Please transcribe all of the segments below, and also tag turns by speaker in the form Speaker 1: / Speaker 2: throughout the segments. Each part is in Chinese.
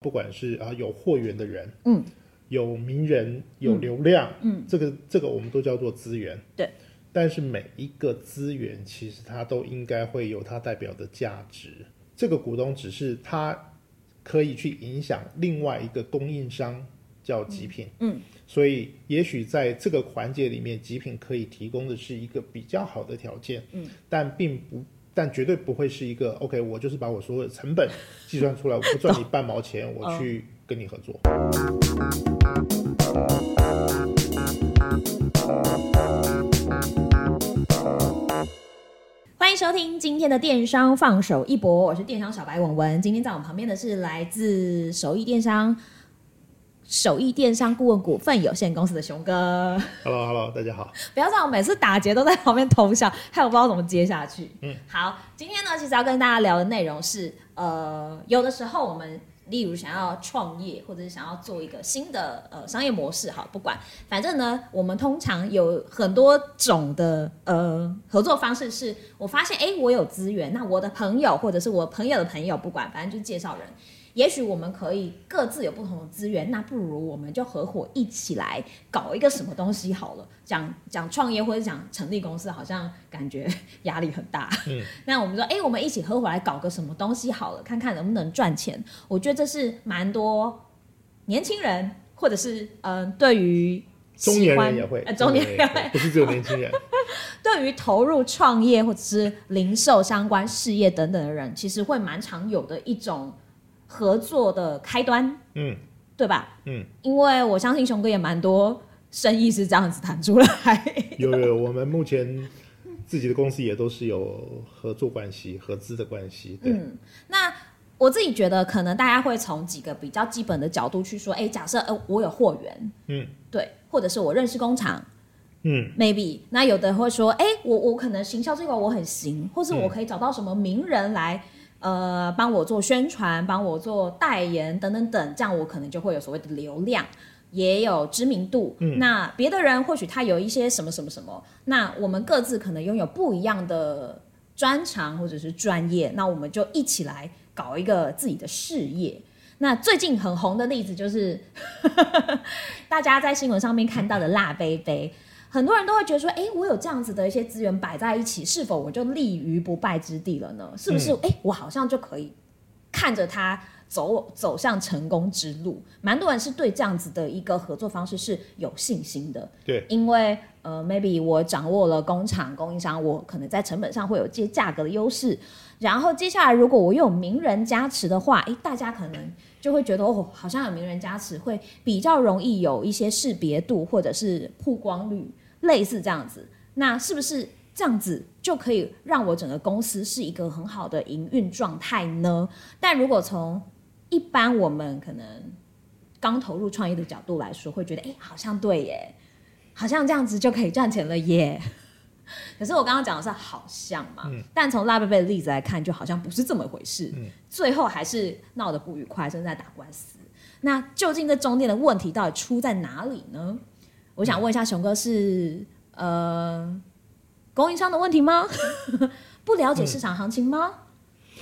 Speaker 1: 不管是啊有货源的人，
Speaker 2: 嗯，
Speaker 1: 有名人，有流量，
Speaker 2: 嗯，
Speaker 1: 这个这个我们都叫做资源。
Speaker 2: 对，
Speaker 1: 但是每一个资源其实它都应该会有它代表的价值。这个股东只是他可以去影响另外一个供应商叫极品，
Speaker 2: 嗯，
Speaker 1: 所以也许在这个环节里面，极品可以提供的是一个比较好的条件，嗯，但并不。但绝对不会是一个 OK，我就是把我所有的成 本计算出来，我不赚你半毛钱，我
Speaker 2: 哦
Speaker 1: 去跟你合作。
Speaker 2: 欢迎收听今天的电商放手一搏，我是电商小白文文。今天在我们旁边的是来自首义电商首义电商顾问股份有限公司的熊哥。
Speaker 1: Hello，Hello，大家好。
Speaker 2: 不要让我每次打结都在旁边偷笑，害我不知道怎么接下去。嗯，好，今天呢，其实要跟大家聊的内容是，呃，有的时候我们例如想要创业，或者是想要做一个新的呃商业模式，好，不管，反正呢，我们通常有很多种的呃合作方式是，我发现哎，诶我有资源，那我的朋友或者是我朋友的朋友，不管，反正就是介绍人。也许我们可以各自有不同的资源，那不如我们就合伙一起来搞一个什么东西好了。讲讲创业或者讲成立公司，好像感觉压力很大。
Speaker 1: 嗯，
Speaker 2: 那我们说，哎、我们一起合伙来搞个什么东西好了，看看能不能赚钱。我觉得这是蛮多年轻人，或者是嗯、呃对于喜
Speaker 1: 中年
Speaker 2: 欢
Speaker 1: 人也会
Speaker 2: 呃，中年人也会
Speaker 1: 不是只有年轻人。
Speaker 2: 对于投入创业或者是零售相关事业等等的人，其实会蛮常有的一种合作的开端，
Speaker 1: 嗯
Speaker 2: 对吧？
Speaker 1: 嗯，
Speaker 2: 因为我相信熊哥也蛮多生意是这样子谈出来。
Speaker 1: 有有，我们目前自己的公司也都是有合作关系、合资的关系。对，
Speaker 2: 嗯，那我自己觉得，可能大家会从几个比较基本的角度去说，哎，假设呃我有货源，
Speaker 1: 嗯，
Speaker 2: 对，或者是我认识工厂，
Speaker 1: 嗯
Speaker 2: maybe 那有的会说，哎、我我可能行销这块我很行，或是
Speaker 1: 嗯
Speaker 2: 我可以找到什么名人来，呃，帮我做宣传，帮我做代言等等等，这样我可能就会有所谓的流量，也有知名度。
Speaker 1: 嗯
Speaker 2: 那别的人或许他有一些什么什么什么，那我们各自可能拥有不一样的专长或者是专业，那我们就一起来搞一个自己的事业。那最近很红的例子就是， 大家在新闻上面看到的辣杯杯，很多人都会觉得说，哎、我有这样子的一些资源摆在一起，是否我就立于不败之地了呢？是不是？哎、我好像就可以看着它走走向成功之路。蛮多人是对这样子的一个合作方式是有信心的，
Speaker 1: 对，
Speaker 2: 因为呃，maybe 我掌握了工厂供应商，我可能在成本上会有些价格的优势。然后接下来，如果我又有名人加持的话，诶，大家可能就会觉得哦，好像有名人加持会比较容易有一些识别度或者是曝光率，类似这样子。那是不是这样子就可以让我整个公司是一个很好的营运状态呢？但如果从一般我们可能刚投入创业的角度来说，会觉得诶，好像对耶，好像这样子就可以赚钱了耶。 可是我刚刚讲的是好像嘛，但从拉贝贝的例子来看，就好像不是这么回事，最后还是闹得不愉快，甚至在打官司。那究竟这中间的问题到底出在哪里呢？我想问一下熊哥是呃供应商的问题吗？ 不了解市场行情吗？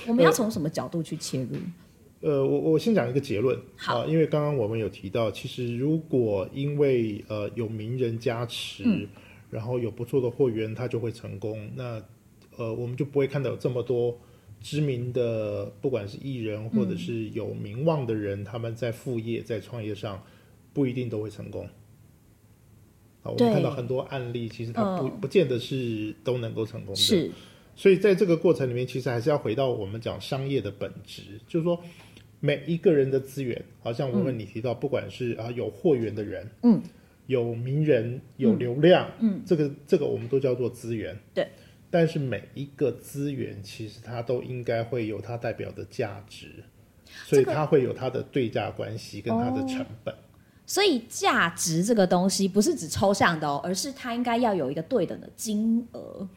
Speaker 2: 我们要从什么角度去切入？
Speaker 1: 呃，我我先讲一个结论。
Speaker 2: 好
Speaker 1: 啊因为刚刚我们有提到，其实如果因为呃有名人加持，
Speaker 2: 嗯
Speaker 1: 然后有不错的货源，它就会成功。那呃，我们就不会看到有这么多知名的，不管是艺人或者
Speaker 2: 嗯
Speaker 1: 是有名望的人，他们在副业、在创业上不一定都会成功。啊，我
Speaker 2: 对嗯
Speaker 1: 们看到很多案例，其实它不、不见得是都能够成功的。
Speaker 2: 是，
Speaker 1: 所以在这个过程里面，其实还是要回到我们讲商业的本质，就是说每一个人的资源，好像我们你提到，不管是啊有货源的人，
Speaker 2: 嗯，
Speaker 1: 有名人，有流量，嗯，这个这个我们都叫做资源，
Speaker 2: 对。
Speaker 1: 但是每一个资源，其实它都应该会有它代表的价值，所以它会有它的对价关系跟它的成本。
Speaker 2: 所以价值这个东西不是指抽象的哦，而是它应该要有一个对等的金额。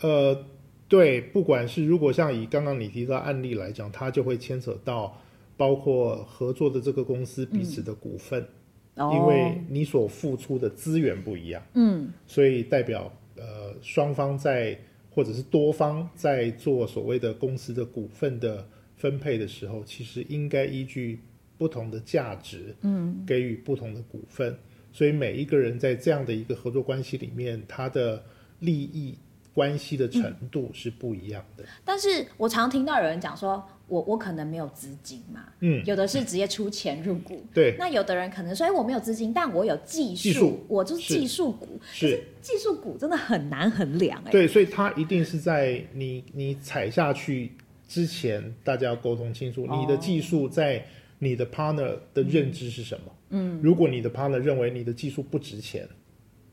Speaker 1: 呃，对，不管是如果像以刚刚你提到案例来讲，它就会牵扯到包括合作的这个公司彼此的股份，
Speaker 2: 哦
Speaker 1: 因为你所付出的资源不一样，
Speaker 2: 嗯，
Speaker 1: 所以代表呃双方在或者是多方在做所谓的公司的股份的分配的时候，其实应该依据不同的价值，嗯，给予不同的股份，所以每一个人在这样的一个合作关系里面，他的利益关系的程度是不一样的。
Speaker 2: 但是我常听到有人讲说，我我可能没有资金嘛，
Speaker 1: 嗯，
Speaker 2: 有的是直接出钱入股，
Speaker 1: 对，
Speaker 2: 那有的人可能说，哎，我没有资金，但我有技术，
Speaker 1: 技术
Speaker 2: 我就是
Speaker 1: 是
Speaker 2: 技术股，
Speaker 1: 是
Speaker 2: 技术股真的很难衡量、哎，
Speaker 1: 对，所以他一定是在你你踩下去之前，大家要沟通清楚
Speaker 2: 哦
Speaker 1: 你的技术在你的 partner 的认知是什么。嗯，如果你的 partner 认为你的技术不值钱，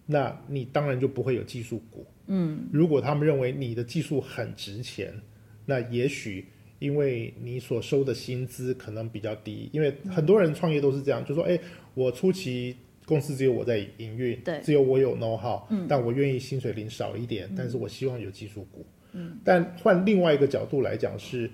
Speaker 1: 那你当然就不会有技术股。嗯，如果他们认为你的技术很值钱，那也许。因为你所收的薪资可能比较低，因为很多人创业都是这样，就说：“哎，我初期公司只有我在营运，
Speaker 2: 对
Speaker 1: 只有我有 know how，、但我愿意薪水领少一点，但是我希望有技术股。嗯，但换另外一个角度来讲是，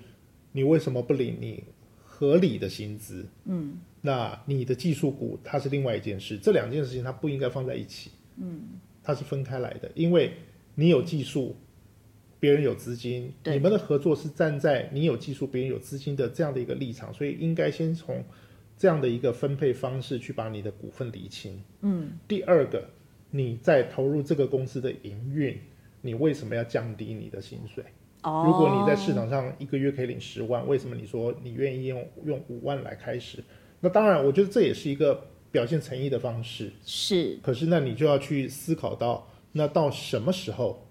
Speaker 1: 你为什么不领你合理的薪资？嗯，那你的技术股它是另外一件事，这两件事情它不应该放在一起。嗯，它是分开来的，因为你有技术。别人有资金，
Speaker 2: 对
Speaker 1: 你们的合作是站在你有技术，别人有资金的这样的一个立场，所以应该先从这样的一个分配方式去把你的股份理清。嗯，第二个，你在投入这个公司的营运，你为什么要降低你的薪水？
Speaker 2: 哦，
Speaker 1: 如果你在市场上一个月可以领十万，为什么你说你愿意用用五万来开始？那当然，我觉得这也是一个表现诚意的方式。
Speaker 2: 是
Speaker 1: 可是，那你就要去思考到，那到什么时候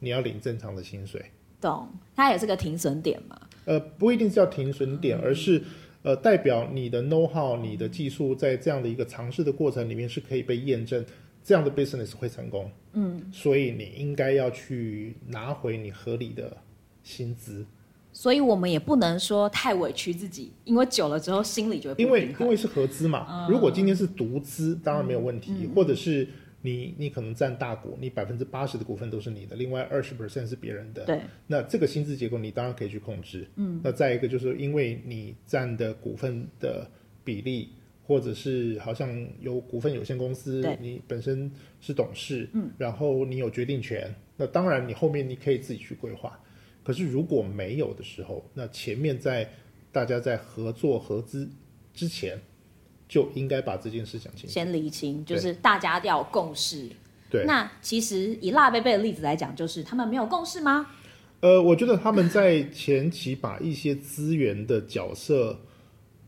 Speaker 1: 你要领正常的薪水？
Speaker 2: 懂，它也是个停损点嘛，
Speaker 1: 呃，不一定是叫停损点，而是呃代表你的 know how、你的技术在这样的一个尝试的过程里面是可以被验证，这样的 business 会成功。嗯，所以你应该要去拿回你合理的薪资，
Speaker 2: 所以我们也不能说太委屈自己，因为久了之后心里就会不
Speaker 1: 因为
Speaker 2: 平衡嗯
Speaker 1: 因为是合资嘛。如果今天是独资，当然没有问题，或者是。你你可能占大股，你百分之八十的股份都是你的，另外二十 percent 是别人的。
Speaker 2: 对，
Speaker 1: 那这个薪资结构你当然可以去控制，嗯，那再一个就是因为你占的股份的比例，或者是好像有股份有限公司
Speaker 2: 对，
Speaker 1: 你本身是董事，嗯，然后你有决定权，那当然你后面你可以自己去规划，可是如果没有的时候，那前面在大家在合作合资之前，就应该把这件事想清楚，
Speaker 2: 先厘清，就
Speaker 1: 对
Speaker 2: 是大家要有共识。
Speaker 1: 对。
Speaker 2: 那其实以辣贝贝的例子来讲，就是他们没有共识吗？
Speaker 1: 呃，我觉得他们在前期把一些资源的角色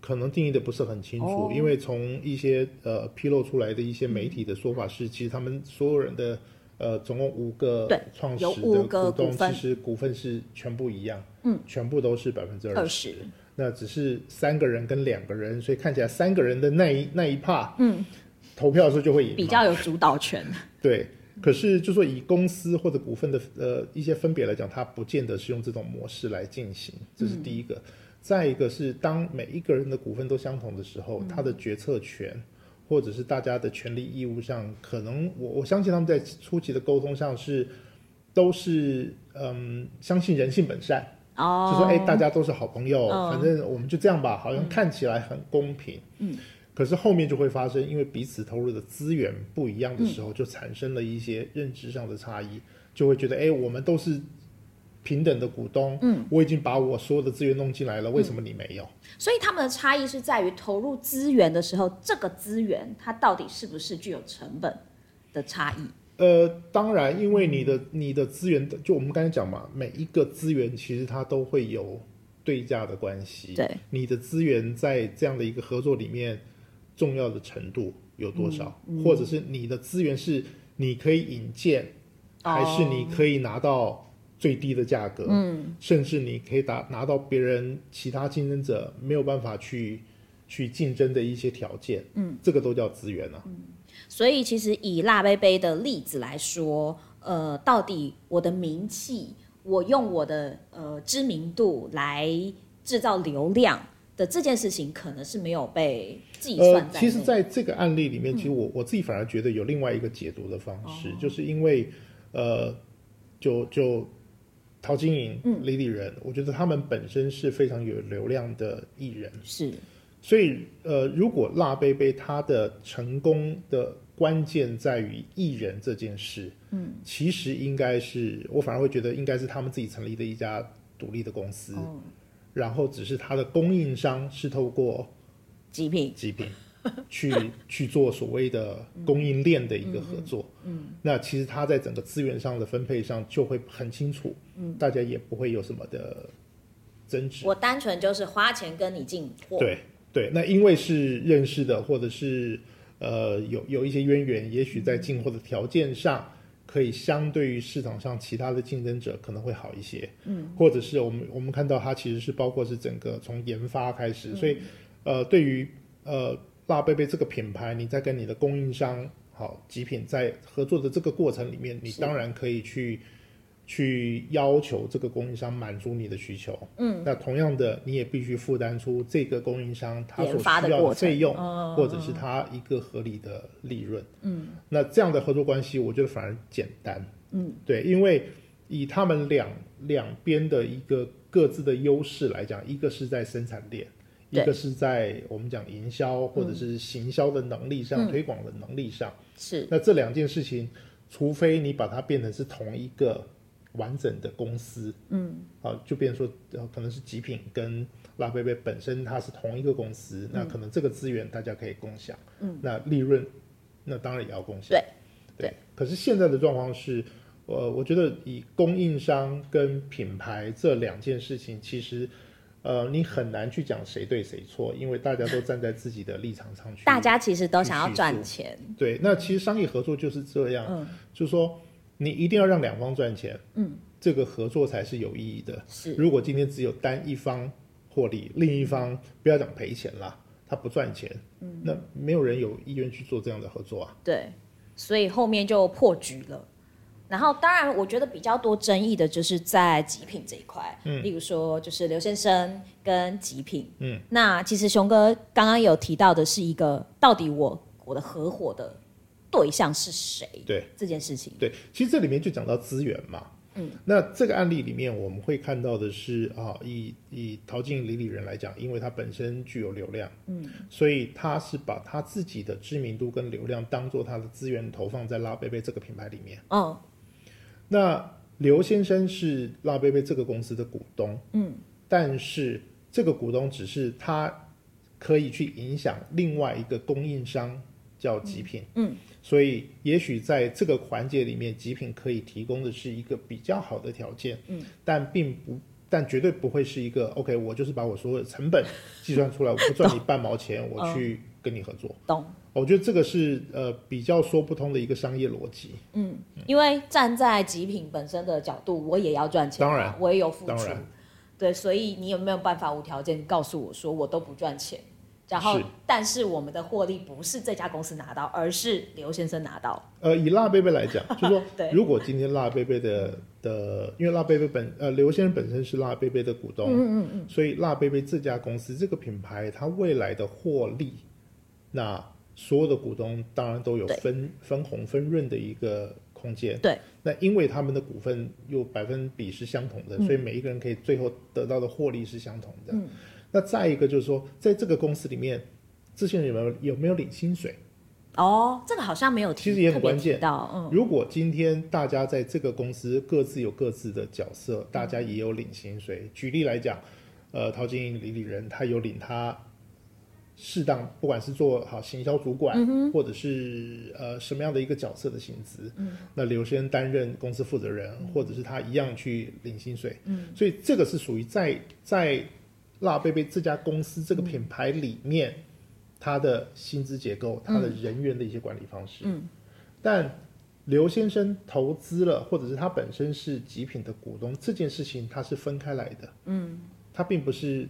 Speaker 1: 可能定义的不是很清楚，
Speaker 2: 哦
Speaker 1: 因为从一些呃披露出来的一些媒体的说法是，其实他们所有人的呃总共五个
Speaker 2: 对
Speaker 1: 创始
Speaker 2: 有
Speaker 1: 的
Speaker 2: 五个
Speaker 1: 股东，
Speaker 2: 股份
Speaker 1: 其实股份是全部一样，嗯，全部都是百分之二
Speaker 2: 二
Speaker 1: 十。
Speaker 2: 十，
Speaker 1: 那只是三个人跟两个人，所以看起来三个人的那一那一 part，嗯，投票的时候就会赢嘛，
Speaker 2: 比较有主导权。
Speaker 1: 对，可是就说以公司或者股份的呃一些分别来讲，它不见得是用这种模式来进行，这是第一个。再一个是，当每一个人的股份都相同的时候，他的决策权或者是大家的权利义务上，可能我我相信他们在初期的沟通上是都是嗯相信人性本善，就说
Speaker 2: 哦，
Speaker 1: 哎、大家都是好朋友，
Speaker 2: 嗯
Speaker 1: 反正我们就这样吧，好像看起来很公平。
Speaker 2: 嗯，
Speaker 1: 可是后面就会发生，因为彼此投入的资源不一样的时
Speaker 2: 嗯
Speaker 1: 候，就产生了一些认知上的差异，就会觉得哎、我们都是平等的股东，嗯，我已经把我所有的资源弄进来了，为什么你没有？
Speaker 2: 所以他们的差异是在于投入资源的时候，这个资源它到底是不是具有成本的差异？
Speaker 1: 呃，当然，因为你的你的资源的，就我们刚才讲嘛，每一个资源其实它都会有对价的关系。
Speaker 2: 对，
Speaker 1: 你的资源在这样的一个合作里面重要的程度有多少，或者是你的资源是你可以引荐，
Speaker 2: 哦
Speaker 1: 还是你可以拿到最低的价格，嗯，甚至你可以打拿到别人其他竞争者没有办法去去竞争的一些条件，嗯，这个都叫资源啊。
Speaker 2: 所以其实以辣杯杯的例子来说，呃，到底我的名气，我用我的呃知名度来制造流量的这件事情，可能是没有被计算
Speaker 1: 呃
Speaker 2: 在内、嗯
Speaker 1: 其实，在这个案例里面，其实我我自己反而觉得有另外一个解读的方式，
Speaker 2: 哦
Speaker 1: 就是因为呃，就就陶晶莹、
Speaker 2: 嗯
Speaker 1: 李李仁，我觉得他们本身是非常有流量的艺人，
Speaker 2: 是
Speaker 1: 所以呃，如果辣杯杯他的成功的关键在于艺人这件事，嗯，其实应该是我反而会觉得应该是他们自己成立的一家独立的公司，
Speaker 2: 哦
Speaker 1: 然后只是它的供应商是透过
Speaker 2: 极品，
Speaker 1: 疾病 去去做所谓的供应链的一个合作。嗯，那其实它在整个资源上的分配上就会很清楚，嗯，大家也不会有什么的争执。
Speaker 2: 我单纯就是花钱跟你进货，
Speaker 1: 对对，那因为是认识的，或者是呃有有一些渊源，也许在进货的条件上，可以相对于市场上其他的竞争者可能会好一些。嗯，或者是我们我们看到它其实是包括是整个从研发开始，所以呃对于呃辣贝贝这个品牌，你在跟你的供应商好极品在合作的这个过程里面，你当然可以去。去要求这个供应商满足你的需求，嗯，那同样的，你也必须负担出这个供应商他所
Speaker 2: 研发的
Speaker 1: 需要
Speaker 2: 过
Speaker 1: 的
Speaker 2: 程
Speaker 1: 费用，
Speaker 2: 哦
Speaker 1: 或者是他一个合理的利润，嗯，那这样的合作关系，我觉得反而简单，嗯，对，因为以他们两两边的一个各自的优势来讲，一个是在生产链，一
Speaker 2: 对
Speaker 1: 个是在我们讲营销或者是行销的能力上、推广的能力上。
Speaker 2: 是
Speaker 1: 那这两件事情，除非你把它变成是同一个完整的公司，嗯，啊，就变成说、呃、可能是极品跟拉贝贝本身它是同一个公司，那可能这个资源大家可以共享，嗯，那利润那当然也要共享，
Speaker 2: 对
Speaker 1: 对。可是现在的状况是，呃，我觉得以供应商跟品牌这两件事情，其实。呃，你很难去讲谁对谁错，因为大家都站在自己的立场上去。
Speaker 2: 大家其实都想要
Speaker 1: 去叙述
Speaker 2: 赚钱，
Speaker 1: 对，那其实商业合作就是这样，就是说你一定要让两方赚钱，嗯，这个合作才是有意义的。
Speaker 2: 是
Speaker 1: 如果今天只有单一方获利，另一方不要讲赔钱啦，他不赚钱，嗯，那没有人有意愿去做这样的合作啊。
Speaker 2: 对，所以后面就破局了。然后，当然，我觉得比较多争议的就是在极品这一块，嗯，例如说就是刘先生跟极品，嗯，那其实熊哥刚刚有提到的是一个到底我我的合伙的对象是谁
Speaker 1: 对
Speaker 2: 这件事情，
Speaker 1: 对，其实这里面就讲到资源嘛。嗯，那这个案例里面，我们会看到的是啊，以以陶晶莹李李仁来讲，因为他本身具有流量，嗯，所以他是把他自己的知名度跟流量当做他的资源投放在拉贝贝这个品牌里面。
Speaker 2: 嗯，
Speaker 1: 那刘先生是辣贝贝这个公司的股东，嗯，但是这个股东只是他可以去影响另外一个供应商叫极品，嗯，所以也许在这个环节里面，极品可以提供的是一个比较好的条件，嗯，但并不。但绝对不会是一个 OK，我就是把我所有的成本计算出来，我不赚你半毛钱，我去跟你合作。
Speaker 2: 懂。
Speaker 1: 我觉得这个是呃比较说不通的一个商业逻辑。嗯
Speaker 2: 因为站在极品本身的角度，我也要赚钱啊，
Speaker 1: 当然
Speaker 2: 我也有付
Speaker 1: 当
Speaker 2: 出
Speaker 1: 然，
Speaker 2: 对，所以你有没有办法无条件告诉我说我都不赚钱？然后
Speaker 1: 是，
Speaker 2: 但是我们的获利不是这家公司拿到，而是刘先生拿到。
Speaker 1: 呃，以辣贝贝来讲，就是说
Speaker 2: 对，
Speaker 1: 如果今天辣贝贝的的，因为辣贝贝本呃刘先生本身是辣贝贝的股东，嗯嗯嗯，所以辣贝贝这家公司这个品牌，它未来的获利，那所有的股东当然都有
Speaker 2: 对
Speaker 1: 分分红分润的一个空间。
Speaker 2: 对，
Speaker 1: 那因为他们的股份有百分比是相同的，所以每一个人可以最后得到的获利是相同的。那再一个就是说，在这个公司里面，这些人有没有有没有领薪水？
Speaker 2: 哦，这个好像没有提，
Speaker 1: 其实也很
Speaker 2: 特别
Speaker 1: 关键
Speaker 2: 提到，嗯，
Speaker 1: 如果今天大家在这个公司各自有各自的角色，大家也有领薪水。举例来讲，呃，陶晶莹、李李仁，他有领他适当，不管是做好行销主管，或者是呃什么样的一个角色的薪资。那刘先生担任公司负责人，或者是他一样去领薪水。所以这个是属于在在辣贝贝这家公司这个品牌里面，它的薪资结构、它的人员的一些管理方式。嗯，但刘先生投资了，或者是他本身是极品的股东，这件事情它是分开来的。嗯，它并不是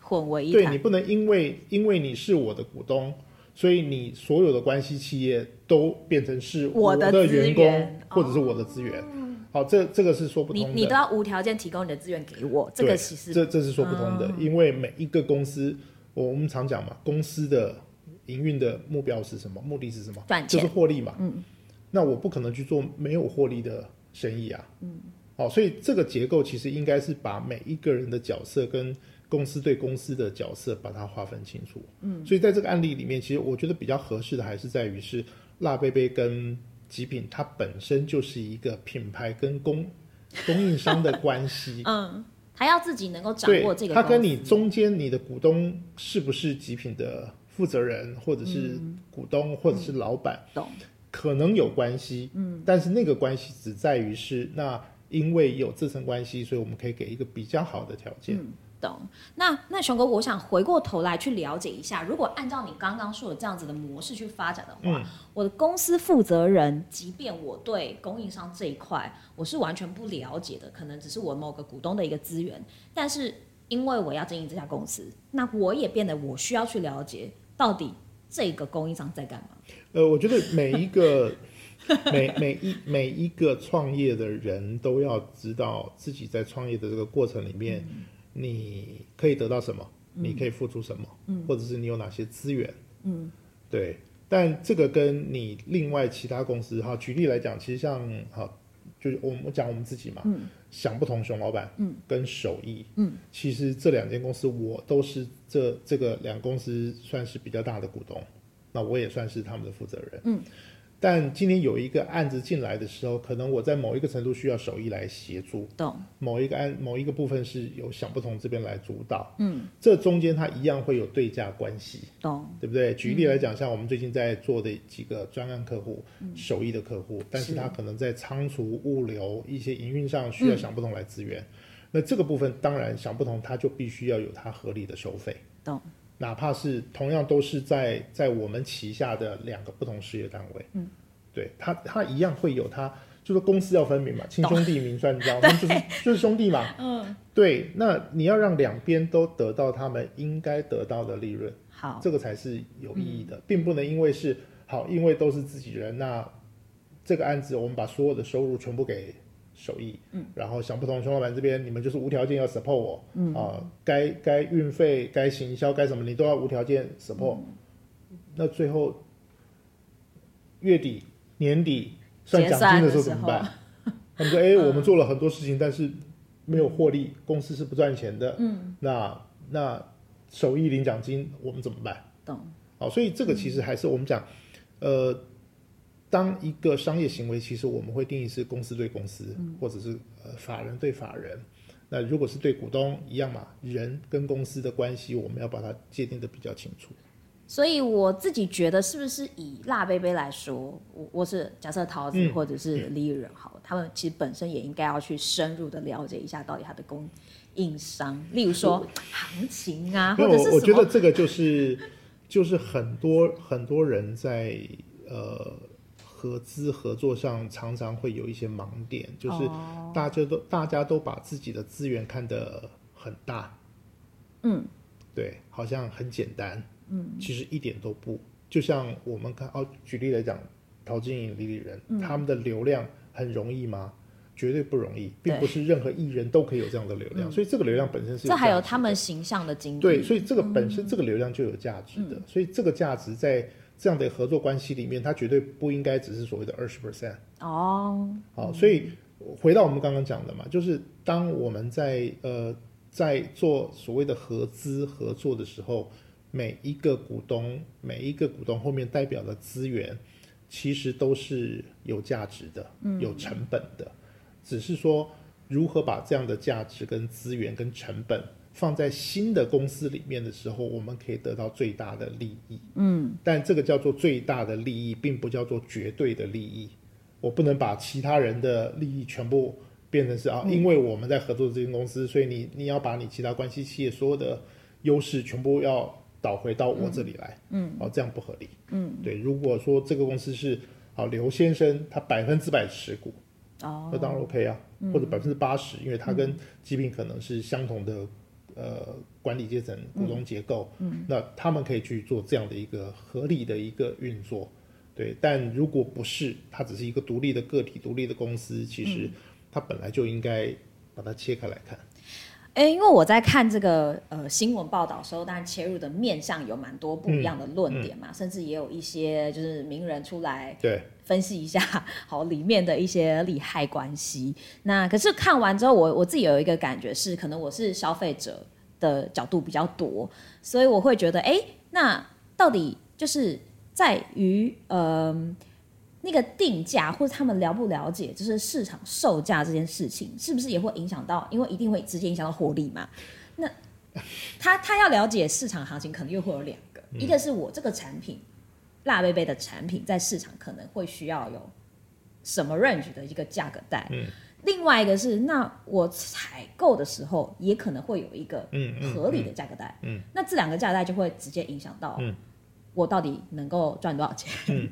Speaker 2: 混为一
Speaker 1: 对
Speaker 2: 谈
Speaker 1: 你。不能因为因为你是我的股东，所以你所有的关系企业都变成是
Speaker 2: 我的
Speaker 1: 的
Speaker 2: 资
Speaker 1: 员工
Speaker 2: 源
Speaker 1: 或者是我的资源。好，这这个是说不通
Speaker 2: 你
Speaker 1: 的。
Speaker 2: 你都要无条件提供你的资源给我，这个
Speaker 1: 对
Speaker 2: 其实嗯
Speaker 1: 这这是说不通的，因为每一个公司，我我们常讲嘛，公司的营运的目标是什么？目的是什么？
Speaker 2: 赚
Speaker 1: 就
Speaker 2: 钱
Speaker 1: 是获利嘛。嗯，那我不可能去做没有获利的生意啊。嗯，哦，所以这个结构其实应该是把每一个人的角色跟公司对公司的角色把它划分清楚。嗯，所以在这个案例里面，其实我觉得比较合适的还是在于是辣贝贝跟极品，它本身就是一个品牌跟供供应商的关系。
Speaker 2: 还要自己能够掌
Speaker 1: 对，
Speaker 2: 握这个
Speaker 1: 他
Speaker 2: 公司。
Speaker 1: 跟你中间你的股东是不是极品的负责人或者是股东或者是老板
Speaker 2: 嗯懂。
Speaker 1: 可能有关系，嗯，但是那个关系只在于是那因为有这层关系，所以我们可以给一个比较好的条件。
Speaker 2: 懂。那那熊哥，我想回过头来去了解一下，如果按照你刚刚说的这样子的模式去发展的话，我的公司负责人，即便我对供应商这一块我是完全不了解的，可能只是我某个股东的一个资源，但是因为我要经营这家公司，那我也变得我需要去了解到底这个供应商在干嘛。
Speaker 1: 呃，我觉得每一个每每一每一个创业的人都要知道自己在创业的这个过程里面，你可以得到什么，你可以付出什么，或者是你有哪些资源，嗯，对。但这个跟你另外其他公司，哈，举例来讲，其实像好，就是我们讲我们自己嘛，嗯，想不同熊老板，嗯，跟手艺，嗯，其实这两间公司我都是这这个两公司算是比较大的股东，那我也算是他们的负责人。但今天有一个案子进来的时候，可能我在某一个程度需要手艺来协助，
Speaker 2: 懂？
Speaker 1: 某一个案某一个部分是由想不同这边来主导，嗯，这中间它一样会有对价关系，
Speaker 2: 懂？
Speaker 1: 对不对？举例来讲，像我们最近在做的几个专案客户，手艺的客户，但嗯是他可能在仓储、物流一些营运上需要想不同来资源，那这个部分当然想不同，他就必须要有他合理的收费，
Speaker 2: 懂？
Speaker 1: 哪怕是同样都是在在我们旗下的两个不同事业单位，嗯，对他他一样会有他，就是公私要分明嘛，亲兄弟明算 账，他们就是就是兄弟嘛，嗯，对，那你要让两边都得到他们应该得到的利润，
Speaker 2: 好，
Speaker 1: 这个才是有意义的，并不能因为是好，因为都是自己人，那这个案子我们把所有的收入全部给手艺，嗯，然后想不同熊老板这边，你们就是无条件要 support 我，嗯啊、该该运费、该行销、该什么，你都要无条件 support，、那最后月底、年底算奖金的时候怎么办？他们说，哎、我们做了很多事情，但是没有获利，公司是不赚钱的，嗯，那那手艺领奖金，我们怎么办？
Speaker 2: 懂？
Speaker 1: 好，所以这个其实还是我们讲，呃，当一个商业行为，其实我们会定义是公司对公司，或者是呃法人对法人。那如果是对股东一样嘛，人跟公司的关系，我们要把它界定的比较清楚。
Speaker 2: 所以我自己觉得，是不是以辣杯杯来说，我我是假设桃子
Speaker 1: 嗯
Speaker 2: 或者是李宇仁好了，他们其实本身也应该要去深入的了解一下到底它的供应商，例如说行情啊，
Speaker 1: 没
Speaker 2: 或
Speaker 1: 有，
Speaker 2: 者是
Speaker 1: 我我
Speaker 2: 什
Speaker 1: 觉得
Speaker 2: 么
Speaker 1: 这个就是就是很多很多人在呃合资合作上常常会有一些盲点，就是
Speaker 2: 哦
Speaker 1: 大家都、大家都把自己的资源看得很大，嗯，对，好像很简单，嗯，其实一点都不。就像我们看哦，举例来讲，陶晶莹、李李仁、
Speaker 2: 嗯
Speaker 1: 他们的流量很容易吗？绝对不容易，并
Speaker 2: 对嗯
Speaker 1: 不是任何艺人都可以有这样的流量，所以这个流量本身是
Speaker 2: 这还有
Speaker 1: 价值的
Speaker 2: 他们形象的经历，
Speaker 1: 对，所以这个本身这个流量就有价值的，所以这个价值在这样的合作关系里面，它绝对不应该只是所谓的二十 percent。
Speaker 2: 哦，
Speaker 1: 好，所以回到我们刚刚讲的嘛，就是当我们在呃在做所谓的合资合作的时候，每一个股东每一个股东后面代表的资源，其实都是有价值的，有成本的，只是说如何把这样的价值跟资源跟成本。放在新的公司里面的时候，我们可以得到最大的利益。嗯，但这个叫做最大的利益，并不叫做绝对的利益。我不能把其他人的利益全部变成是啊，因为我们在合作这间公司，所以你你要把你其他关系企业所有的优势全部要倒回到我这里来，嗯，哦，这样不合理，嗯，对。如果说这个公司是啊刘先生他百分之百持股，
Speaker 2: 哦，
Speaker 1: 那当然 OK 啊，或者百分之八十，因为它跟极品可能是相同的呃管理阶层、股东结构，嗯，那他们可以去做这样的一个合理的一个运作，对。但如果不是，它只是一个独立的个体、独立的公司，其实它本来就应该把它切开来看。
Speaker 2: 哎，因为我在看这个呃新闻报道的时候，当然切入的面向有蛮多不一样的
Speaker 1: 嗯
Speaker 2: 论点嘛，甚至也有一些就是名人出来
Speaker 1: 对，
Speaker 2: 分析一下 好里面的一些利害关系。那可是看完之后，我我自己有一个感觉是，可能我是消费者的角度比较多，所以我会觉得，哎，那到底就是在于呃那个定价，或者他们了不了解，就是市场售价这件事情，是不是也会影响到？因为一定会直接影响到获利嘛。那他他要了解市场行情，可能又会有两个，一个是我这个产品，辣贝贝的产品在市场可能会需要有什么 range 的一个价格带，
Speaker 1: 嗯
Speaker 2: 另外一个是那我采购的时候也可能会有一个
Speaker 1: 嗯嗯
Speaker 2: 合理的价格带，
Speaker 1: 嗯嗯
Speaker 2: 那这两个价格带就会直接影响到
Speaker 1: 嗯
Speaker 2: 我到底能够赚多少钱，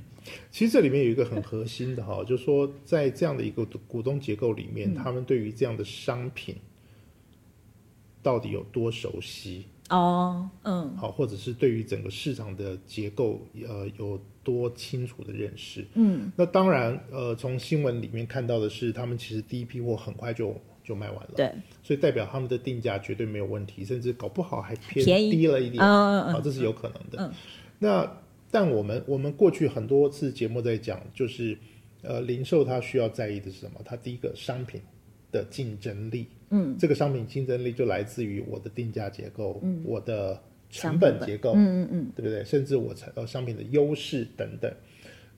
Speaker 1: 其实这里面有一个很核心的哈，就是说在这样的一个股东结构里面，他们对于这样的商品到底有多熟悉，
Speaker 2: 哦，嗯
Speaker 1: 好，或者是对于整个市场的结构呃有多清楚的认识。
Speaker 2: 嗯，
Speaker 1: 那当然，呃，从新闻里面看到的是，他们其实第一批货很快就就卖完了，
Speaker 2: 对，
Speaker 1: 所以代表他们的定价绝对没有问题，甚至搞不好还偏
Speaker 2: 便宜
Speaker 1: 低了一点。
Speaker 2: 嗯嗯
Speaker 1: 啊，这是有可能的。那但我们我们过去很多次节目在讲，就是呃，零售它需要在意的是什么？它第一个商品的竞争力，嗯，这个商品竞争力就来自于我的定价结构，嗯，我的成本结构，
Speaker 2: 嗯嗯嗯，
Speaker 1: 对不对？甚至我产呃商品的优势等等。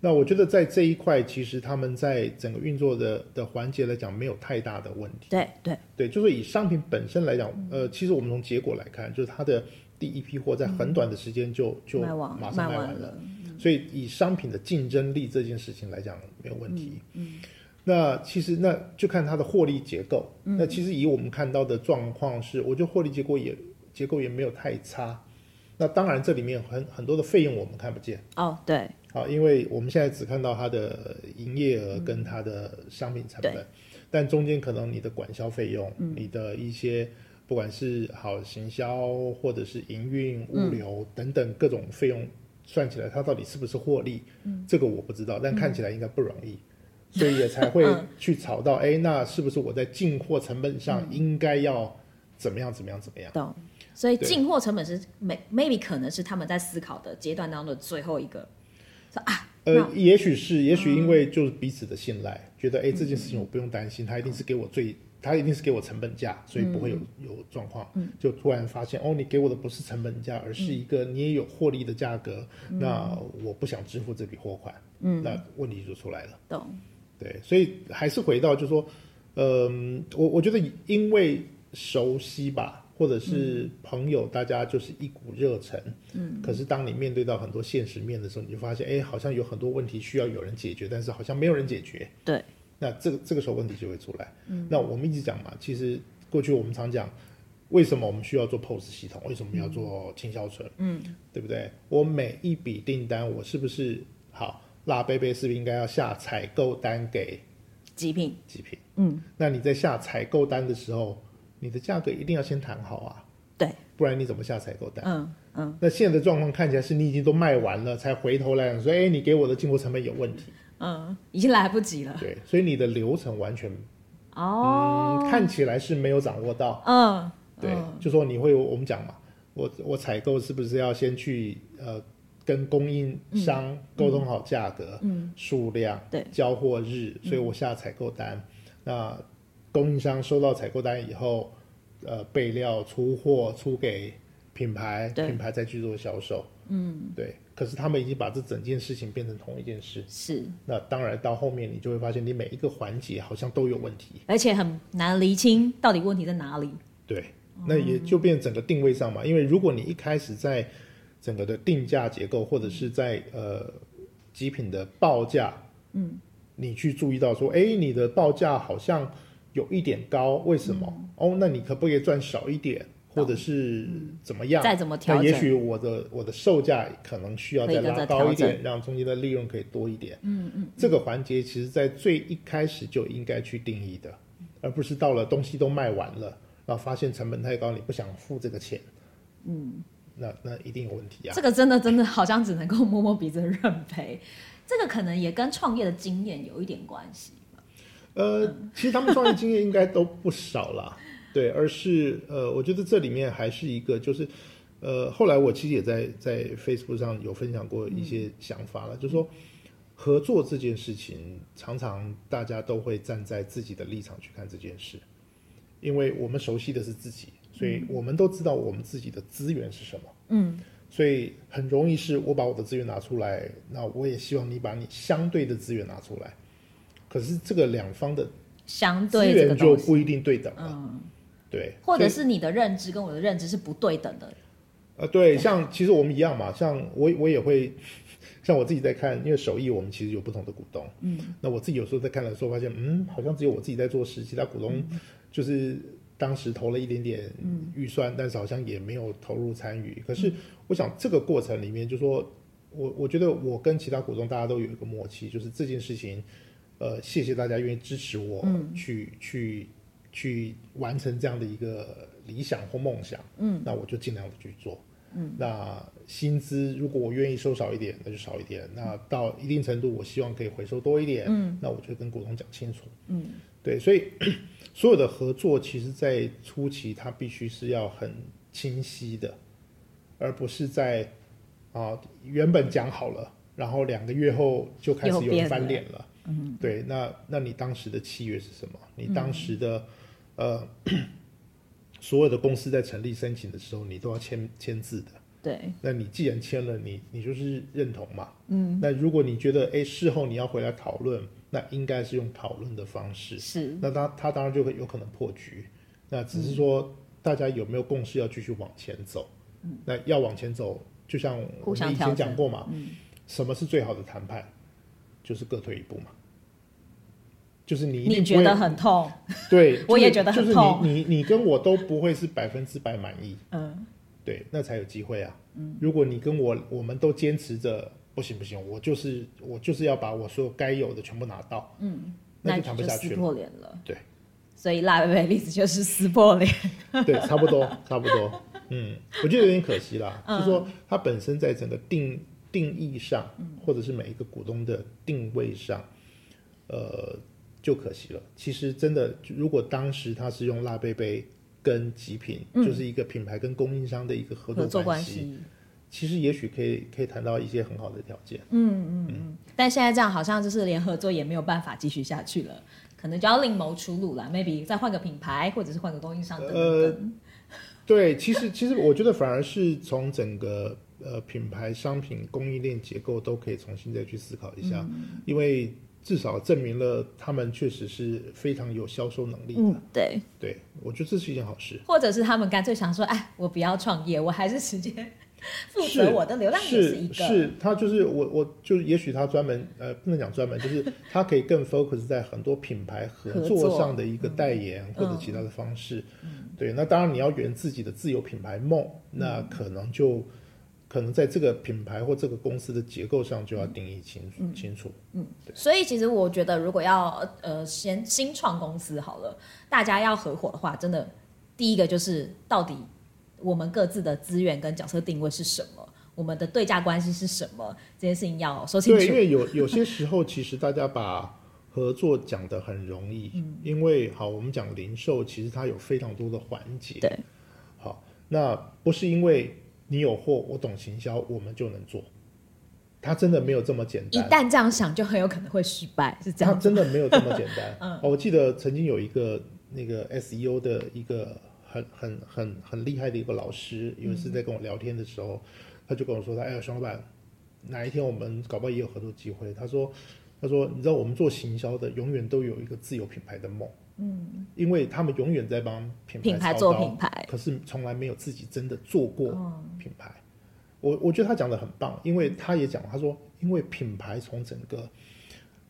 Speaker 1: 那我觉得在这一块，其实他们在整个运作的的环节来讲，没有太大的问题。
Speaker 2: 对对，
Speaker 1: 对，就是以商品本身来讲，呃，其实我们从结果来看，就是它的第一批货在很短的时间就、就
Speaker 2: 卖完
Speaker 1: 马嗯上卖
Speaker 2: 完
Speaker 1: 了，，嗯所以以商品的竞争力这件事情来讲没有问题。嗯，那其实那就看它的获利结构。那其实以我们看到的状况是，我觉得获利结构也结构也没有太差。那当然，这里面很很多的费用我们看不见。
Speaker 2: 哦对，
Speaker 1: 好，因为我们现在只看到它的营业额跟它的商品成本，但中间可能你的管销费用、你的一些不管是好行销或者是营运、物流等等各种费用算起来，它到底是不是获利？这个我不知道，但看起来应该不容易。所以也才会去炒到，哎、那是不是我在进货成本上应该要怎么样怎么样怎么样？
Speaker 2: 懂。所以
Speaker 1: 对
Speaker 2: 进货成本是 may- maybe 可能是他们在思考的阶段当中的最后一个，说啊，
Speaker 1: 呃，也许是，也许因为就是彼此的信赖，觉得哎、这件事情我不用担心，他一定是给我最，他一定是给我成本价，所以不会有、有状况。就突然发现哦，你给我的不是成本价，而是一个你也有获利的价格，那我不想支付这笔货款，嗯，那问题就出来了。
Speaker 2: 懂，
Speaker 1: 对，所以还是回到就是说，嗯、我我觉得因为熟悉吧，或者是朋友，大家就是一股热忱。嗯。可是当你面对到很多现实面的时候，你就发现，哎，好像有很多问题需要有人解决，但是好像没有人解决。
Speaker 2: 对。
Speaker 1: 那这个这个时候问题就会出来。嗯。那我们一直讲嘛，其实过去我们常讲。为什么我们需要做 POS 系统？为什么要做倾销存？嗯，对不对？我每一笔订单，我是不是好？辣贝贝是不是应该要下采购单给
Speaker 2: 极品，
Speaker 1: 极品？
Speaker 2: 嗯，
Speaker 1: 那你在下采购单的时候，你的价格一定要先谈好啊，
Speaker 2: 对，
Speaker 1: 不然你怎么下采购单？
Speaker 2: 嗯嗯
Speaker 1: 那现在的状况看起来是你已经都卖完了，才回头来讲说，哎，你给我的进货成本有问题。
Speaker 2: 嗯，已经来不及了，
Speaker 1: 对，所以你的流程完全，
Speaker 2: 哦，
Speaker 1: 嗯，看起来是没有掌握到。
Speaker 2: 嗯，
Speaker 1: 对，就说你会我们讲嘛，我我采购是不是要先去呃跟供应商沟通好价格、嗯、数量、
Speaker 2: 嗯对嗯
Speaker 1: 交货日，所以我下采购单。那供应商收到采购单以后，呃，备料出货出给品牌，
Speaker 2: 对
Speaker 1: 品牌再去做销售。嗯，对。可是他们已经把这整件事情变成同一件事，
Speaker 2: 是，
Speaker 1: 那当然到后面你就会发现，你每一个环节好像都有问题。
Speaker 2: 而且很难厘清到底问题在哪里，
Speaker 1: 对，那也就变整个定位上嘛。因为如果你一开始在整个的定价结构，或者是在呃极品的报价，嗯，你去注意到说，哎，你的报价好像有一点高，为什么？
Speaker 2: 嗯
Speaker 1: 哦，那你可不可以赚少一点，或者是怎么样？
Speaker 2: 再怎么调
Speaker 1: 那也
Speaker 2: 整，
Speaker 1: 许我的我的售价可能需要
Speaker 2: 可以
Speaker 1: 再
Speaker 2: 跟着
Speaker 1: 拉高一
Speaker 2: 调
Speaker 1: 点，让中间的利润可以多一点。
Speaker 2: 嗯嗯，
Speaker 1: 这个环节其实在最一开始就应该去定义的，而不是到了东西都卖完了，然后发现成本太高，你不想付这个钱，嗯，那那一定有问题啊。
Speaker 2: 这个真的真的好像只能够摸摸鼻子认赔，这个可能也跟创业的经验有一点关系，
Speaker 1: 呃，其实他们创业经验应该都不少啦，对，而是呃，我觉得这里面还是一个就是，呃，后来我其实也在在 Facebook 上有分享过一些想法了，就是说合作这件事情，常常大家都会站在自己的立场去看这件事，因为我们熟悉的是自己，所以我们都知道我们自己的资源是什么。
Speaker 2: 嗯，
Speaker 1: 所以很容易是我把我的资源拿出来，那我也希望你把你相对的资源拿出来。可是这个两方的
Speaker 2: 相
Speaker 1: 资
Speaker 2: 对这个
Speaker 1: 源就
Speaker 2: 东西，
Speaker 1: 不一定对等了，
Speaker 2: 嗯。
Speaker 1: 对，
Speaker 2: 或者
Speaker 1: 所
Speaker 2: 是你的认知跟我的认知是不对等的，
Speaker 1: 以啊，对，像其实我们一样嘛，像我我也会， 像我自己在看，因为手艺我们其实有不同的股东，嗯，那我自己有时候在看的时候发现，嗯，好像只有我自己在做事，其他股东就是当时投了一点点预算，但是好像也没有投入参与。可是我想这个过程里面，就说我我觉得我跟其他股东大家都有一个默契，就是这件事情，呃，谢谢大家愿意支持我去去去完成这样的一个理想或梦想，嗯，那我就尽量的去做。那薪资如果我愿意收少一点，那就少一点。那到一定程度，我希望可以回收多一点。嗯，那我就跟股东讲清楚。嗯，对，所以 所有的合作，其实在初期它必须是要很清晰的，而不是在啊、原本讲好了，然后两个月后就开始
Speaker 2: 又
Speaker 1: 有人
Speaker 2: 变了
Speaker 1: 翻脸了。嗯，对，那那你当时的契约是什么？你当时的、呃， 所有的公司在成立申请的时候，你都要签签字的。
Speaker 2: 对，
Speaker 1: 那你既然签了，你你就是认同嘛。嗯。那如果你觉得，哎，事后你要回来讨论，那应该是用讨论的方式。
Speaker 2: 是，
Speaker 1: 那他他当然就会有可能破局。那只是
Speaker 2: 嗯
Speaker 1: 说，大家有没有共识要继续往前走？嗯。那要往前走，就像
Speaker 2: 互
Speaker 1: 我
Speaker 2: 相
Speaker 1: 们以
Speaker 2: 调
Speaker 1: 前
Speaker 2: 整嗯
Speaker 1: 讲过嘛，什么是最好的谈判？就是各退一步嘛。就是你一定
Speaker 2: 你
Speaker 1: 不
Speaker 2: 觉
Speaker 1: 会
Speaker 2: 得很痛，
Speaker 1: 对，
Speaker 2: 我
Speaker 1: 就是
Speaker 2: 也觉得很
Speaker 1: 就
Speaker 2: 痛
Speaker 1: 是你你你跟我都不会是百分之百满意，
Speaker 2: 嗯，
Speaker 1: 对，那才有机会啊。如果你跟我我们都坚持着，不行不行，我就是我就是要把我所有该有的全部拿到，嗯，那
Speaker 2: 那
Speaker 1: 就谈不
Speaker 2: 就
Speaker 1: 下
Speaker 2: 撕
Speaker 1: 去了。
Speaker 2: 破脸了。
Speaker 1: 对，
Speaker 2: 所以辣妹妹例子就是撕破脸。
Speaker 1: 对，差不多，差不多。嗯，我觉得有点可惜啦，
Speaker 2: 嗯
Speaker 1: 就是说它本身在整个定定义上，或者是每一个股东的定位上，呃，就可惜了。其实真的，如果当时它是用辣贝贝跟极品，就是一个品牌跟供应商的一个合
Speaker 2: 嗯合作
Speaker 1: 作
Speaker 2: 关
Speaker 1: 系，
Speaker 2: 系。
Speaker 1: 其实也许可以可以谈到一些很好的条件。
Speaker 2: 但现在这样好像就是连合作也没有办法继续下去了，可能就要另谋出路了。maybe 再换个品牌，或者是换个供应商等等
Speaker 1: 呃
Speaker 2: 等。
Speaker 1: 对，其实其实我觉得反而是从整个呃品牌、商品、供应链结构都可以重新再去思考一下，因为至少证明了他们确实是非常有销售能力的。
Speaker 2: 嗯，对，
Speaker 1: 对，我觉得这是一件好事。
Speaker 2: 或者是他们干脆想说，哎，我不要创业，我还是直接负
Speaker 1: 是
Speaker 2: 责我的流量也
Speaker 1: 是
Speaker 2: 一个。
Speaker 1: 是，他就是我，我就是也许他专门呃，不能讲专门，就是 他可以更 focus 在很多品牌合
Speaker 2: 合
Speaker 1: 作
Speaker 2: 作
Speaker 1: 上的一个代言
Speaker 2: 嗯
Speaker 1: 或者其他的方式。对，那当然你要圆自己的自有品牌梦，
Speaker 2: 嗯
Speaker 1: 那可能就可能在这个品牌或这个公司的结构上就要
Speaker 2: 嗯
Speaker 1: 定义清楚、清楚。
Speaker 2: 所以其实我觉得，如果要呃先新创公司好了，大家要合伙的话，真的第一个就是到底我们各自的资源跟角色定位是什么，我们的对价关系是什么，这件事情要说清
Speaker 1: 对，因
Speaker 2: 楚。
Speaker 1: 为有有些时候，其实大家把合作讲得很容易，
Speaker 2: 嗯
Speaker 1: 因为好，我们讲零售，其实它有非常多的环节。
Speaker 2: 对，
Speaker 1: 好，那不是因为你有货，我懂行销，我们就能做，它真的没有这么简
Speaker 2: 一
Speaker 1: 单。
Speaker 2: 旦这样想，就很有可能会失败，是这
Speaker 1: 它
Speaker 2: 样子。
Speaker 1: 真
Speaker 2: 嗯
Speaker 1: 的没有这么简 单。哦，我记得曾经有一个那个 SEO 的一个很很很很厉害的一个老师，有一
Speaker 2: 嗯
Speaker 1: 次在跟我聊天的时候，他就跟我说他，哎呀，熊老板，哪一天我们搞不好也有合作机会。他说，他说，你知道我们做行销的永远都有一个自有品牌的梦，嗯，因为他们永远在帮品牌
Speaker 2: 品牌
Speaker 1: 操
Speaker 2: 做
Speaker 1: 刀
Speaker 2: 品牌，
Speaker 1: 可是从来没有自己真的做过品牌。我我觉得他讲的很棒，因为他也讲，他说，因为品牌从整个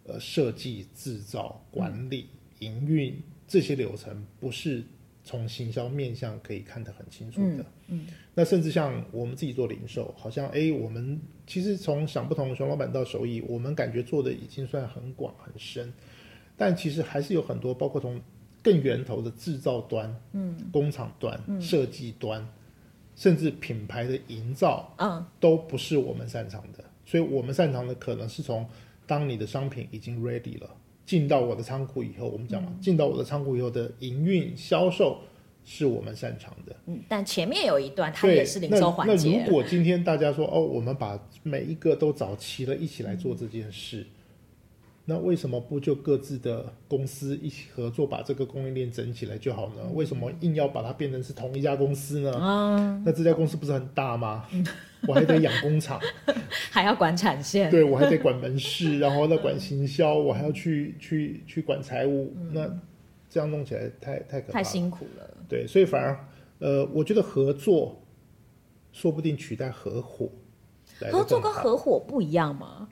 Speaker 1: 呃设计、制造、管理、营运这些流程，不是从行销面向可以看得很清楚的。嗯，那甚至像我们自己做零售，好像诶，我们其实从想不同熊老板到手艺，我们感觉做的已经算很广很深，但其实还是有很多，包括从更源头的制造端、嗯，工厂端、设计端，甚至品牌的营造。
Speaker 2: 嗯，
Speaker 1: 都不是我们擅长的，所以我们擅长的可能是从当你的商品已经 ready 了，进到我的仓库以后，我们讲嘛，进到我的仓库以后的营运销售是我们擅长的。
Speaker 2: 嗯但前面有一段它
Speaker 1: 对，
Speaker 2: 也是零售环
Speaker 1: 那。那
Speaker 2: 节
Speaker 1: 如，果今天大家说哦，我们把每一个都找齐了，一起来做这件事，
Speaker 2: 嗯
Speaker 1: 那为什么不就各自的公司一起合作，把这个供应链整起来就好呢？为什么硬要把它变成是同一家公司呢？
Speaker 2: 啊
Speaker 1: 那这家公司不是很大吗？
Speaker 2: 嗯
Speaker 1: 我还得养工 厂。
Speaker 2: 还要管产线，
Speaker 1: 对我还得管门市，然后再管行销，我还要去去去管财务，那这样弄起来太太可怕
Speaker 2: 嗯太
Speaker 1: 了。
Speaker 2: 辛苦了。
Speaker 1: 对，所以反而呃，我觉得合作说不定取代合伙来
Speaker 2: 哦
Speaker 1: 得
Speaker 3: 合作跟
Speaker 1: 更好
Speaker 3: 合伙不一样吗？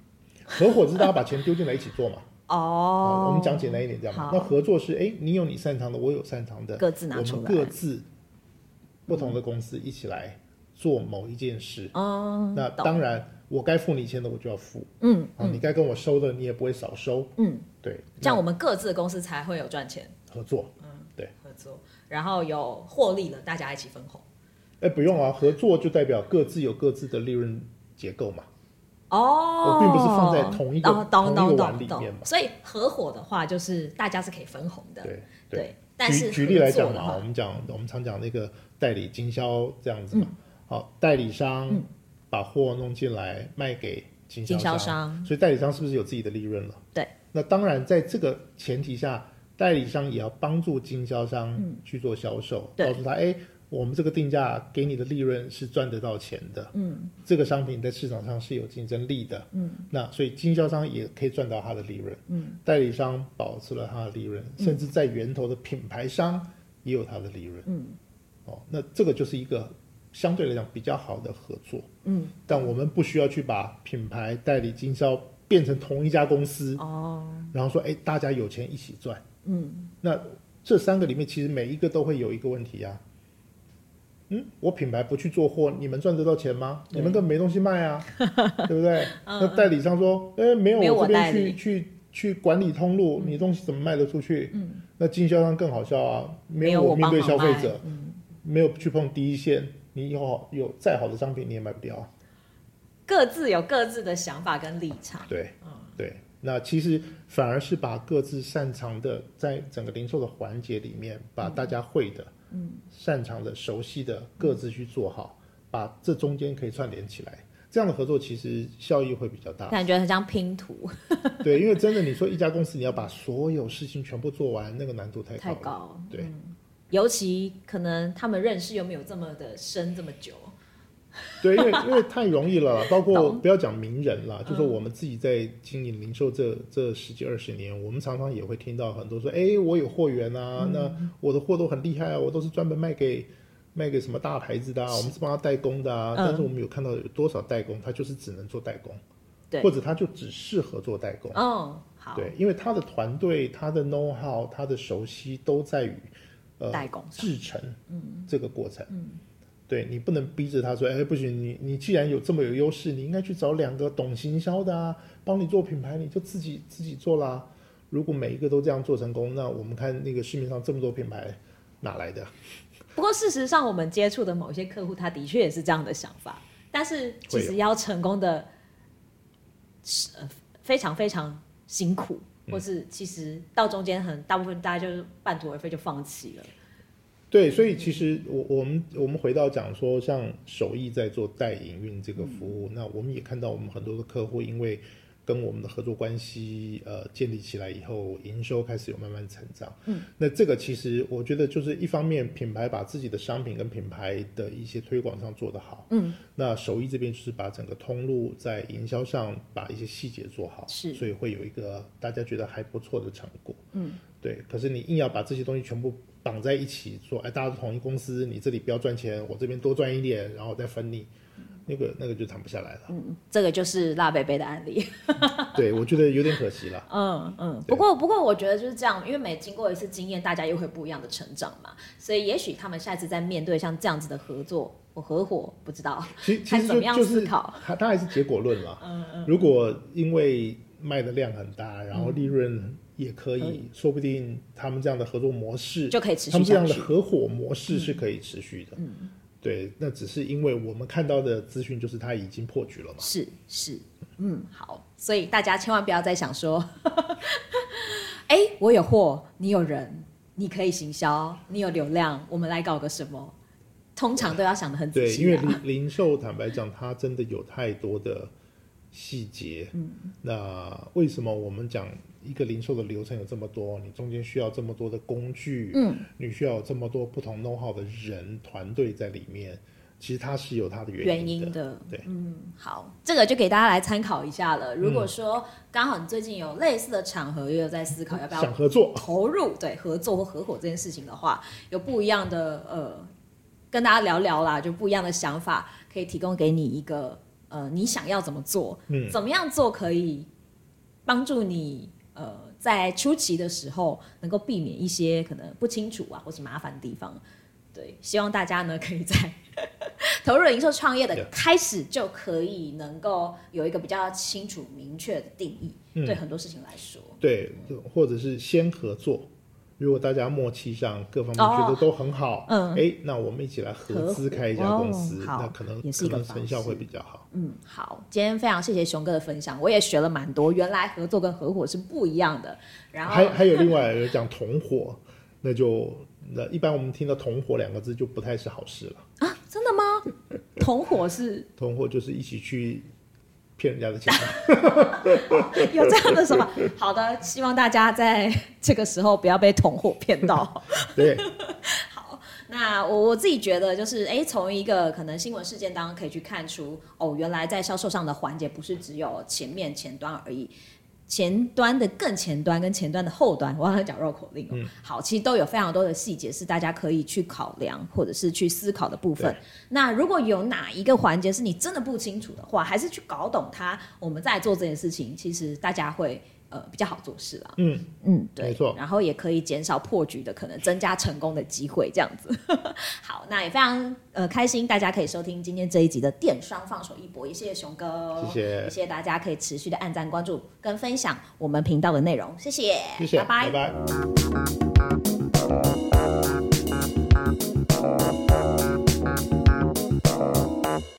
Speaker 1: 合伙是大家把钱丢进来一起做嘛。
Speaker 3: 哦
Speaker 1: 啊，我们讲简单一点，这样嘛
Speaker 3: 好。
Speaker 1: 那合作是，哎，你有你擅长的，我有擅长的，
Speaker 3: 各自拿出
Speaker 1: 我
Speaker 3: 来
Speaker 1: 们各自不同的公司一起来做某一件事。
Speaker 2: 哦
Speaker 3: 嗯，
Speaker 1: 哦那
Speaker 3: 懂
Speaker 1: 当然，我该付你钱的我就要付，
Speaker 3: 嗯
Speaker 1: 啊，你该跟我收的你也不会少收，
Speaker 3: 嗯，
Speaker 1: 对，
Speaker 2: 这样我们各自的公司才会有赚钱
Speaker 1: 合作。
Speaker 2: 合作，然后有获利了，大家一起分红。
Speaker 1: 哎，不用啊，合作就代表各自有各自的利润结构嘛。
Speaker 2: 哦，
Speaker 1: 我并不是放在同一个
Speaker 2: 哦
Speaker 1: 同一
Speaker 2: 懂懂
Speaker 1: 个碗
Speaker 2: 懂
Speaker 1: 里面
Speaker 2: 懂
Speaker 1: 嘛。
Speaker 2: 所以合伙的话，就是大家是可以分红的，
Speaker 1: 对，
Speaker 2: 对。但是
Speaker 1: 举举例来
Speaker 2: 合作
Speaker 1: 讲
Speaker 2: 的
Speaker 1: 嘛，
Speaker 2: 话
Speaker 1: 我们讲我们常讲那个代理经销这样子
Speaker 2: 嗯
Speaker 1: 嘛，好，代理商把货弄进来卖给经
Speaker 2: 经销
Speaker 1: 销
Speaker 2: 商
Speaker 1: 所以代理商是不是有自己的利润了？
Speaker 2: 对。
Speaker 1: 那当然，在这个前提下，代理商也要帮助经销商
Speaker 2: 嗯
Speaker 1: 去做销售，
Speaker 3: 对
Speaker 1: 告诉他，哎，我们这个定价给你的利润是赚得到钱的，嗯，这个商品在市场上是有竞争力的，嗯，那所以经销商也可以赚到他的利润。代理商保持了它的利润，甚至在源头的品牌商也有它的利润。嗯，哦，那这个就是一个相对来讲比较好的合作。嗯，但我们不需要去把品牌代理经销变成同一家公司，
Speaker 2: 哦，
Speaker 1: 然后说，哎，大家有钱一起赚。嗯，那这三个里面其实每一个都会有一个问题啊。嗯，我品牌不去做货，你们赚得到钱吗？你们根本没东西卖 啊，对不对？那代理商说，哎，没
Speaker 2: 嗯没有
Speaker 1: 有
Speaker 2: 我
Speaker 1: 这
Speaker 2: 代
Speaker 1: 边
Speaker 2: 理
Speaker 1: 去
Speaker 2: 嗯
Speaker 1: 去去管理通路，你东西怎么卖得出去？嗯，那经销商更好笑啊，
Speaker 2: 没有
Speaker 1: 有
Speaker 2: 我
Speaker 1: 我面
Speaker 2: 帮
Speaker 1: 对
Speaker 2: 忙
Speaker 1: 消费
Speaker 2: 卖嗯
Speaker 1: 者，没有去碰第一线，你以后有再好的商品你也卖不掉啊。
Speaker 2: 各自有各自的想法跟立场。
Speaker 1: 对，对。那其实反而是把各自擅长的，在整个零售的环节里面，把大家会的、嗯、擅长的、熟悉的各自去做好，把这中间可以串联起来。这样的合作其实效益会比较 大，
Speaker 3: 感觉很像拼图，
Speaker 1: 对，因为真的你说一家公司你要把所有事情全部做完，那个难度太高
Speaker 2: 太
Speaker 1: 了。
Speaker 2: 高了，
Speaker 1: 对
Speaker 2: 尤其可能他们认识又没有这么的深这么久，
Speaker 1: 对，因为因为太容易了啦，包括不要讲名人
Speaker 2: 嗯
Speaker 1: 啦，就说我们自己在经营零售这这十几二十年，我们常常也会听到很多说，哎，我有货源啊，
Speaker 2: 嗯
Speaker 1: 那我的货都很厉害啊，我都是专门卖给卖给什么大牌子的啊，我们是帮他代工的啊，
Speaker 2: 嗯
Speaker 1: 但是我们有看到有多少代工，他就是只能做代工，
Speaker 2: 对
Speaker 1: 或者他就只适合做代工，
Speaker 2: 嗯，好，
Speaker 1: 对，因为他的团队、他的 know how、他的熟悉都在于呃
Speaker 2: 代工
Speaker 1: 制成这个过程。对你不能逼着他说，哎，不行，你你既然有这么有优势，你应该去找两个懂行销的啊，帮你做品牌，你就自己自己做啦。如果每一个都这样做成功，那我们看那个市面上这么多品牌，哪来的？
Speaker 2: 不过事实上，我们接触的某一些客户，他的确也是这样的想法，但是其实要成功的，是呃非常非常辛苦，
Speaker 1: 嗯
Speaker 2: 或是其实到中间很大部分大家就是半途而废就放弃了。
Speaker 1: 对，所以其实我我们我们回到讲说，像手艺在做代营运这个服务，那我们也看到我们很多的客户因为跟我们的合作关系呃建立起来以后，营收开始有慢慢成长。嗯，那这个其实我觉得就是一方面品牌把自己的商品跟品牌的一些推广上做得好，嗯，那手艺这边就是把整个通路在营销上把一些细节做好，
Speaker 2: 是
Speaker 1: 所以会有一个大家觉得还不错的成果。对，可是你硬要把这些东西全部绑在一起，说，哎，大家都同一公司，你这里不要赚钱，我这边多赚一点，然后我再分你，那个那个就谈不下来了。
Speaker 2: 嗯，这个就是辣贝贝的案例。
Speaker 1: 对，我觉得有点可惜啦。
Speaker 2: 嗯嗯，不
Speaker 1: 对
Speaker 2: 过不过我觉得就是这样，因为每经过一次经验，大家又会不一样的成长嘛，所以也许他们下次在面对像这样子的合作或合伙，不知道
Speaker 1: 其实其
Speaker 2: 看
Speaker 1: 实
Speaker 2: 怎么
Speaker 1: 就
Speaker 2: 样
Speaker 1: 就
Speaker 2: 思
Speaker 1: 是
Speaker 2: 考嗯
Speaker 1: 它它还是结果论啦。如果因为卖的量很大，然后利润也可以，说不定他们这样的合作模式
Speaker 2: 就可以持
Speaker 1: 他
Speaker 2: 续
Speaker 1: 们这
Speaker 2: 下
Speaker 1: 样的
Speaker 2: 去。嗯
Speaker 1: 合伙模式是可以持续的。对，那只是因为我们看到的资讯就是它已经破局了嘛。
Speaker 2: 是是，嗯，好，所以大家千万不要再想说， 哎、我有货，你有人，你可以行销，你有流量，我们来搞个什么？通常都要想的很仔
Speaker 1: 对，因
Speaker 2: 细、
Speaker 1: 为
Speaker 2: 啊。
Speaker 1: 零零售，坦白讲，它真的有太多的细节。嗯，那为什么我们讲一个零售的流程有这么多？你中间需要这么多的工具，嗯，你需要有这么多不同 know how 的人团队在里面，其实它是有它的
Speaker 2: 原
Speaker 1: 因的。
Speaker 2: 因的，
Speaker 1: 对
Speaker 2: 嗯，好，这个就给大家来参考一下了。如果说刚好你最近有类似的场合，也有在思考要不要
Speaker 1: 想合作，
Speaker 2: 投入对合作或合伙这件事情的话，有不一样的呃，跟大家聊聊啦，就不一样的想法，可以提供给你一个呃，你想要怎么做，
Speaker 1: 嗯
Speaker 2: 怎么样做可以帮助你呃，在初期的时候能够避免一些可能不清楚啊或是麻烦的地方。对，希望大家呢可以在 投入零售创业的
Speaker 1: Yeah
Speaker 2: 开始就可以能够有一个比较清楚明确的定义，
Speaker 1: 嗯
Speaker 2: 对很多事情来说。
Speaker 1: 对，或者是先合作。如果大家默契上各方面
Speaker 2: 哦
Speaker 1: 觉得都很好，
Speaker 2: 嗯
Speaker 1: 哎，那我们一起来合资
Speaker 2: 合伙
Speaker 1: 开一家公司，
Speaker 2: 哦好
Speaker 1: 那可能
Speaker 2: 也是一
Speaker 1: 可
Speaker 2: 个
Speaker 1: 能
Speaker 2: 方
Speaker 1: 成效
Speaker 2: 式
Speaker 1: 会比较好。
Speaker 2: 嗯，好，今天非常谢谢熊哥的分享，我也学了蛮多，原来合作跟合伙是不一样的。然后
Speaker 1: 还还有另外有讲同伙，那就那一般我们听到同伙两个字就不太是好事了。
Speaker 2: 啊，真的吗？同伙是
Speaker 1: 同伙就是一起去骗人家的 钱，
Speaker 2: 有这样的什么？好的，希望大家在这个时候不要被同伙骗到。
Speaker 1: 对，
Speaker 2: 那我我自己觉得就是，哎，从一个可能新闻事件当中可以去看出，哦，原来在销售上的环节不是只有前面前端而已。前端的更前端跟前端的后端，我刚才讲绕口令哦、好，其实都有非常多的细节是大家可以去考量或者是去思考的部分
Speaker 1: 对。
Speaker 2: 那如果有哪一个环节是你真的不清楚的话，还是去搞懂它，我们再做这件事情，其实大家会呃比较好做事啦。
Speaker 1: 嗯，
Speaker 2: 嗯，对，
Speaker 1: 没错
Speaker 2: 然后也可以减少破局的可能，增加成功的机会，这样子。 好，那也非常呃开心，大家可以收听今天这一集的电商放手一搏，也谢谢熊哥，哦
Speaker 1: 谢谢
Speaker 2: 也谢谢大家可以持续的按赞、关注跟分享我们频道的内容，谢谢，
Speaker 1: 谢谢，
Speaker 2: 拜
Speaker 1: 拜拜